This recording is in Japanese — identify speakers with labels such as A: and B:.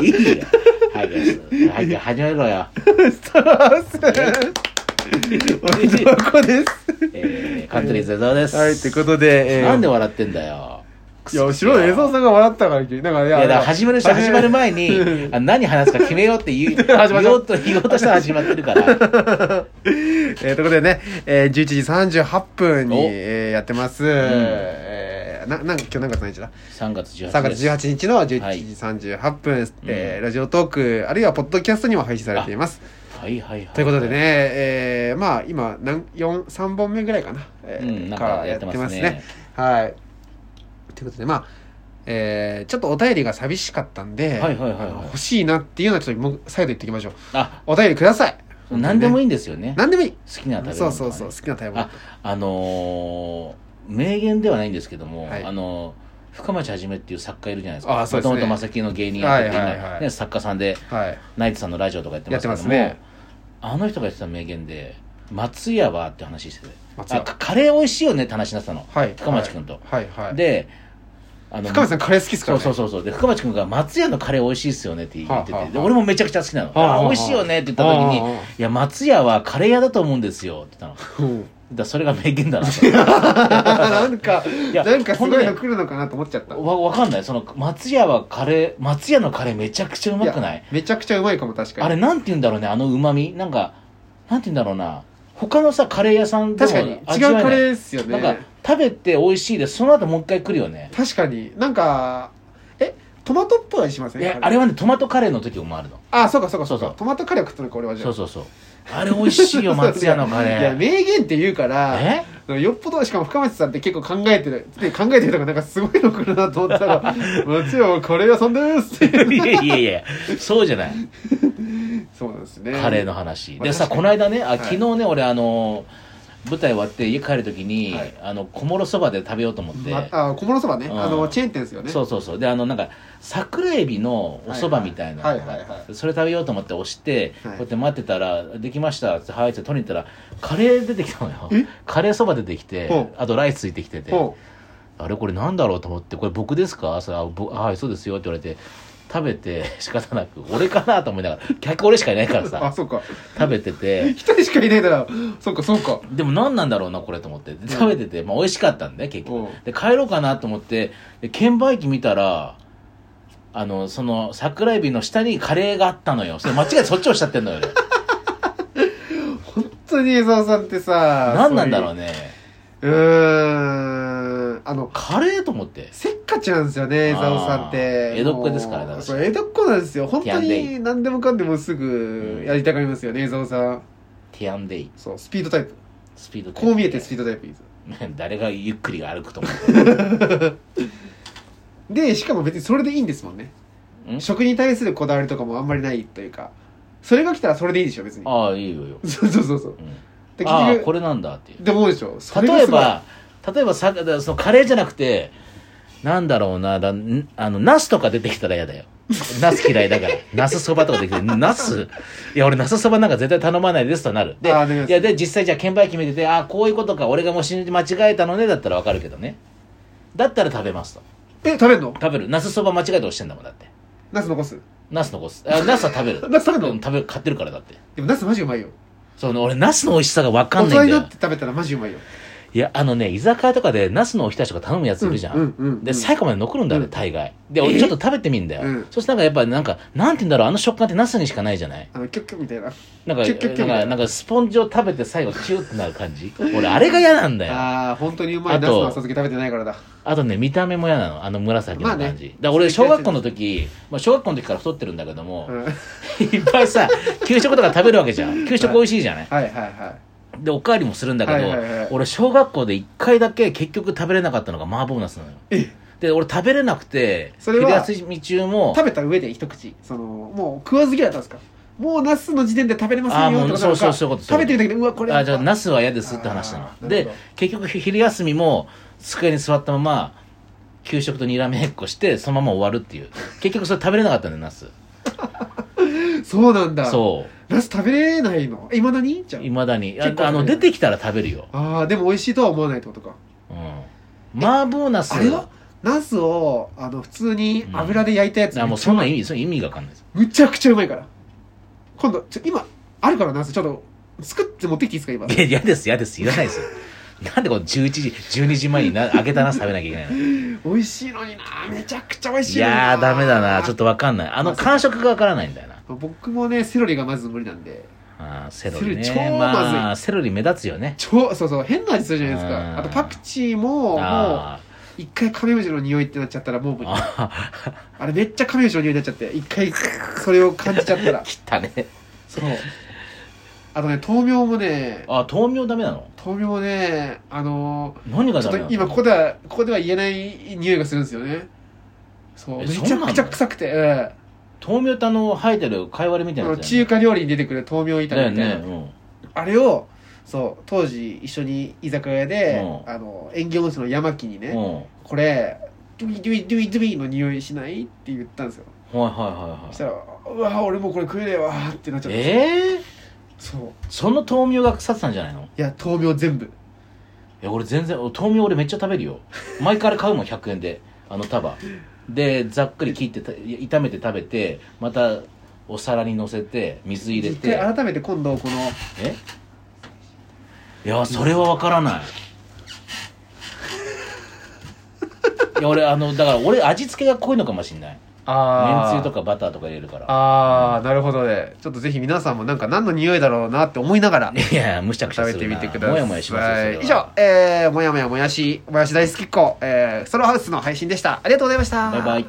A: いいよ早く早く始めろ よ、
B: ストロース男です
A: えー、カントリーズ江澤です
B: はいってことで、えー
A: なんで笑ってんだよ
B: いや後ろで江澤さんが笑ったから急にだからい
A: いやだから始ま る人始まる前に
B: うん
A: あ何話すか決めようって言う
B: 始まっちゃう
A: 言おうと言おうとしたら始まってるから
B: えー、ということでね、えー、11時38分に
A: お、
B: えーやってます、えーななん今日何月何日だ
A: 3月18日
B: 3月18日の11
A: はい
B: 時38分、えー
A: うん
B: ラジオトークあるいはポッドキャストにも配信されています
A: はいはいはい
B: ということでね、えーまあ今何4 3本目ぐらいかな,、えー
A: うんなんかやってますね
B: はいということでまあえーちょっとお便りが寂しかったんで、
A: はいはいはいはい
B: あの欲しいなっていうのはちょっともう再度言っておきましょう
A: あ
B: お便りください
A: 何でもい
B: い
A: いんですよね好
B: 何でもいい
A: きな食べ物
B: そう
A: はね
B: そうそう好きな食べ物
A: ああのー名言ではないんですけども、
B: はい
A: あのー深町はじめっていう作家いるじゃないです
B: あ
A: か
B: そう
A: も
B: です
A: と
B: ね
A: もと正木の芸人やってて、
B: はいはいはい
A: 今ね、作家さんで
B: はい
A: ナイツさんのラジオとかやって
B: や
A: ま
B: っ
A: すけ
B: てま
A: ど
B: す
A: も、
B: ね
A: あの人が言ってた名言で「松屋は?」って話してて
B: 松
A: あ
B: 屋
A: カカレー美味しいよねって話になってたの、
B: はい
A: 深町君と、
B: はいはいはい
A: であの
B: 深町さんカレー好きです
A: そう
B: からね
A: そうそうそうで深町君が「松屋のカレー美味しいっすよね」って言って
B: はあは
A: て
B: あ
A: で俺もめちゃくちゃ好きなの「
B: はあはあ
A: あ美味しいよね」って言った時に
B: はあはあ
A: 「いや松屋はカレー屋だと思うんですよ」って言ったのだか
B: うん
A: らそれが名言だなと
B: なんか
A: いや
B: なんかすご
A: ほ
B: い
A: んと
B: の
A: ね
B: 来るのかなと思っちゃった
A: わわかんないその松屋はカレー松屋のカレーめちゃくちゃうまくない
B: やめちゃくちゃうまいかも確かに
A: あれなんて言うんだろうねあのうまみなんかなんて言うんだろうな他のさカレー屋さんでも
B: 確かに違う
A: 味わえない
B: カレーですよね
A: なんか食べて美味しいでその後もう一回来るよね
B: 確かになんかえトマトっぽい味しません
A: いやあれはねトマトカレーの時もあるの
B: あそうかそうかそう
A: そうそ
B: か
A: う
B: トマトカレー食ったのか俺はじゃ
A: そ
B: あ
A: うそうそうあれ美味しいよ松屋のカ レ
B: いや
A: ー
B: 名言って言うから
A: え
B: よっぽどしかも深町さんって結構考えてるで考えてるとかなんかすごいの来るなと思っ たら「松屋はカレー屋さんです」って
A: いやいやいやそうじゃない
B: そうなんですね
A: カレーの話
B: まあ
A: でさ
B: 確
A: こ
B: かに
A: の間ね
B: は
A: あ
B: い
A: 昨日ね俺あの舞台終わって家帰る時に、
B: はい
A: あの小諸そばで食べようと思って、
B: まあ小諸そばね
A: うん
B: あのチェーン店ですよね
A: そうそうそうであのなんか桜エビのおそばみたいな
B: はいはいはいはいはい
A: それ食べようと思って押して、
B: は
A: こう
B: い
A: やって待ってたら「できました」って「はい」って取りに行ったらカレー出てきたのよカレーそば出てきて
B: ほう
A: あとライスついてきてて
B: ほ
A: あれこれなんだろうと思って「これ僕ですか?」それあ僕あはいそうですよ」って言われて食べて仕方なく「俺かな?」と思いながら客俺しかいないから
B: うあ
A: さ
B: そうか
A: 食べてて
B: 一人しかいないならそうかそうか
A: でも何なんだろうなこれと思ってで食べてて、まあ、美味しかったんで結
B: うん
A: 局で帰ろうかなと思ってで券売機見たらあのその桜エビの下にカレーがあったのよそれ間違えてそっちをしちゃってんの よ俺
B: 本当に江沢さんってさ
A: 何なんだろう
B: ね
A: ね
B: うーんあの
A: カレーと思って
B: せっかちなんですよね、江沢さんって
A: あ。ー江戸っ子ですからね
B: もう
A: 私
B: そう江戸っ子なんですよ。本当
A: ティアンデ
B: に何でもかんでもすぐやりたがりますよね、江沢さん。
A: ティアンデイ
B: そう、スピードタイプ。
A: スピード
B: こう見えてスピードタイプです。
A: ード 誰がゆっくり歩くと思
B: で、しかも別にそれでいいんですもんね。
A: うん
B: 食に対するこだわりとかもあんまりないというか。それが来たらそれでいいでしょ、別に。
A: ああいいよいいよ、
B: そうそうそうそう。
A: うん
B: で
A: ああ
B: 結
A: こ
B: 局、
A: れなんだっていう
B: でも思うでしょ。それが
A: 例え
B: すごい、
A: ば例えばさだからそのカレーじゃなくてなんだろうなだんあのナスとか出てきたら嫌だよ ナス嫌いだからナスそばとかできてナスいや俺ナスそばなんか絶対頼まないですとなるでい
B: あーでも
A: やで実際じゃあ券売機見ててああこういうことか俺がもし間違えたのねだったらわかるけどねだったら食べますと
B: え、食べるの
A: 食べるナスそば間違えて押してんだもんだって
B: ナス残す。
A: ナス残すあナスは食べる
B: ナス食べるの
A: うん食べ買ってるからだって
B: でもナスマジうまいよ。
A: その俺ナスの美味しさがわか
B: 大
A: んな
B: 人
A: いん
B: に
A: だ
B: な
A: よ
B: って食べたらマジうまいよ。
A: いやあのね居酒屋とかでナスのおひたしとか頼むやついるじゃ
B: うんうんうん
A: で最後まで残るんだよね
B: うん
A: 大概で
B: え
A: 俺ちょっと食べてみんだよ、
B: うん
A: そしてなんかやっぱなんかなんて言うんだろうあの食感ってナスにしかないじゃない
B: あの、キュッキュッみたいな。
A: なんか
B: キュッキュッキ
A: なん
B: ュッみたい
A: か
B: な
A: なんかスポンジを食べて最後チューってなる感 じ俺あれが嫌なんだよあ
B: ああ、本当にうまい
A: あと
B: ナスの浅漬け食べてないからだ。
A: とね見た目も嫌なのあの紫の
B: まあね
A: 感じ、だから俺小学校の時、まあ、小学校の時から太ってるんだけども、
B: うん。はい
A: いっぱいさ給食とか食べるわけじゃん給食美味しいじゃない
B: はいはい。
A: でおかわりもするんだけど、
B: はいはいはい
A: 俺小学校で1回だけ結局食べれなかったのが麻婆ナスなのよ
B: え
A: で俺食べれなくて
B: それは
A: 昼休み中も
B: 食べた上で一口そのもう食わず嫌いだったんですかもうナスの時点で食べれませ
A: あー
B: んよ
A: もう
B: ってことなの
A: そう
B: か
A: そうそういうこと
B: 食べてる時にうわこれ
A: あじゃあナ
B: ス
A: スは嫌ですって話な
B: あ
A: の
B: ー
A: で
B: なるほ
A: 結局ひ昼休みも机に座ったまま給食とにらめっこしてそのまま終わるっていう結局それ食べれなかったんだよナス
B: そうなんだ
A: そう
B: ナス食べれないのいまだにじゃ
A: ういまだにあ
B: 結構
A: あの
B: 食べれない
A: 出てきたら食べるよ、
B: ああーでも美味しいとは思わないってことか
A: うん、麻婆ナス
B: あれはナスをあの普通に油で焼いたやつ、
A: あもうそんな意味その意味が分かんないです
B: むちゃくちゃうまいから今度ちょ今あるからナスちょっと作って持ってきていいですか今
A: いや嫌です嫌ですいらないですよなんでこの11時12時前にな揚げたナス食べなきゃいけない の
B: 美味しいのになめちゃくちゃ美味し
A: い
B: いのに
A: やーダメだなちょっ
B: と
A: と分かんないあの感触が分からないんだよな
B: 僕もねセロリがまず無理なんで
A: あーセロリね
B: セロリ超まずい
A: まあセロリ目立つよね
B: 超そうそう変な味するじゃないです
A: う
B: か
A: ん
B: あとパクチーももう
A: あ
B: 一回カメムシの匂いってなっちゃったらもう
A: ー
B: 無理
A: あ
B: あれめっちゃカメムシの匂いになっちゃって一回それを感じちゃったら
A: ー切ったね
B: そうあとね豆苗もね
A: あ豆苗ダメなの
B: 豆苗ねあのー
A: 何が
B: ちょ
A: ダメ
B: っ
A: な
B: と
A: の
B: 今ここではここでは言えない匂いがするんですよねそう
A: え
B: め
A: そう
B: ち
A: な
B: ゃ
A: の
B: くちゃ臭くて、え
A: 豆苗ってあの生えてる貝割れみ
B: え
A: たい
B: あ
A: な
B: の
A: やつだよ
B: 中華料理に出てくる豆苗炒
A: だ
B: め
A: よ
B: みたいな、
A: ね、うん、
B: あれをそう当時一緒に居酒屋で、
A: うん
B: あの園芸温泉の山木にね、
A: うんはい
B: これドゥイドゥイドゥイドゥイの匂いしないって言ったんですよ
A: はいは
B: そし
A: いは
B: た
A: い
B: ら「うわ俺もうこれ食えねえわ」ってなっちゃって
A: ええー、
B: そう
A: その豆苗が腐ってたんじゃないのい
B: いや豆苗全部
A: や俺全然豆苗俺めっちゃ食べるよ毎回あれ買うもん100円であの束でざっくり切ってた炒めて食べてまたお皿にのせて水入れ
B: 一
A: て
B: 回改めて今度この
A: えいやそれは分からないいや俺あのだから俺味付けが濃いのかもしんないめん
B: あ
A: つゆとかバターとか入れるから
B: ああなるほどねちょっとぜひ皆さんもなんか何の匂いだろうなって思いながら
A: いやむしゃくしゃ
B: 食べ
A: す
B: て
A: る
B: み
A: な
B: てください
A: もやもやしますよ
B: 以
A: それ
B: 上
A: は
B: えー、もやもやもやしもやし大好きっ子、えー、ソロハウスの配信でしたありがとうございました
A: バイバイ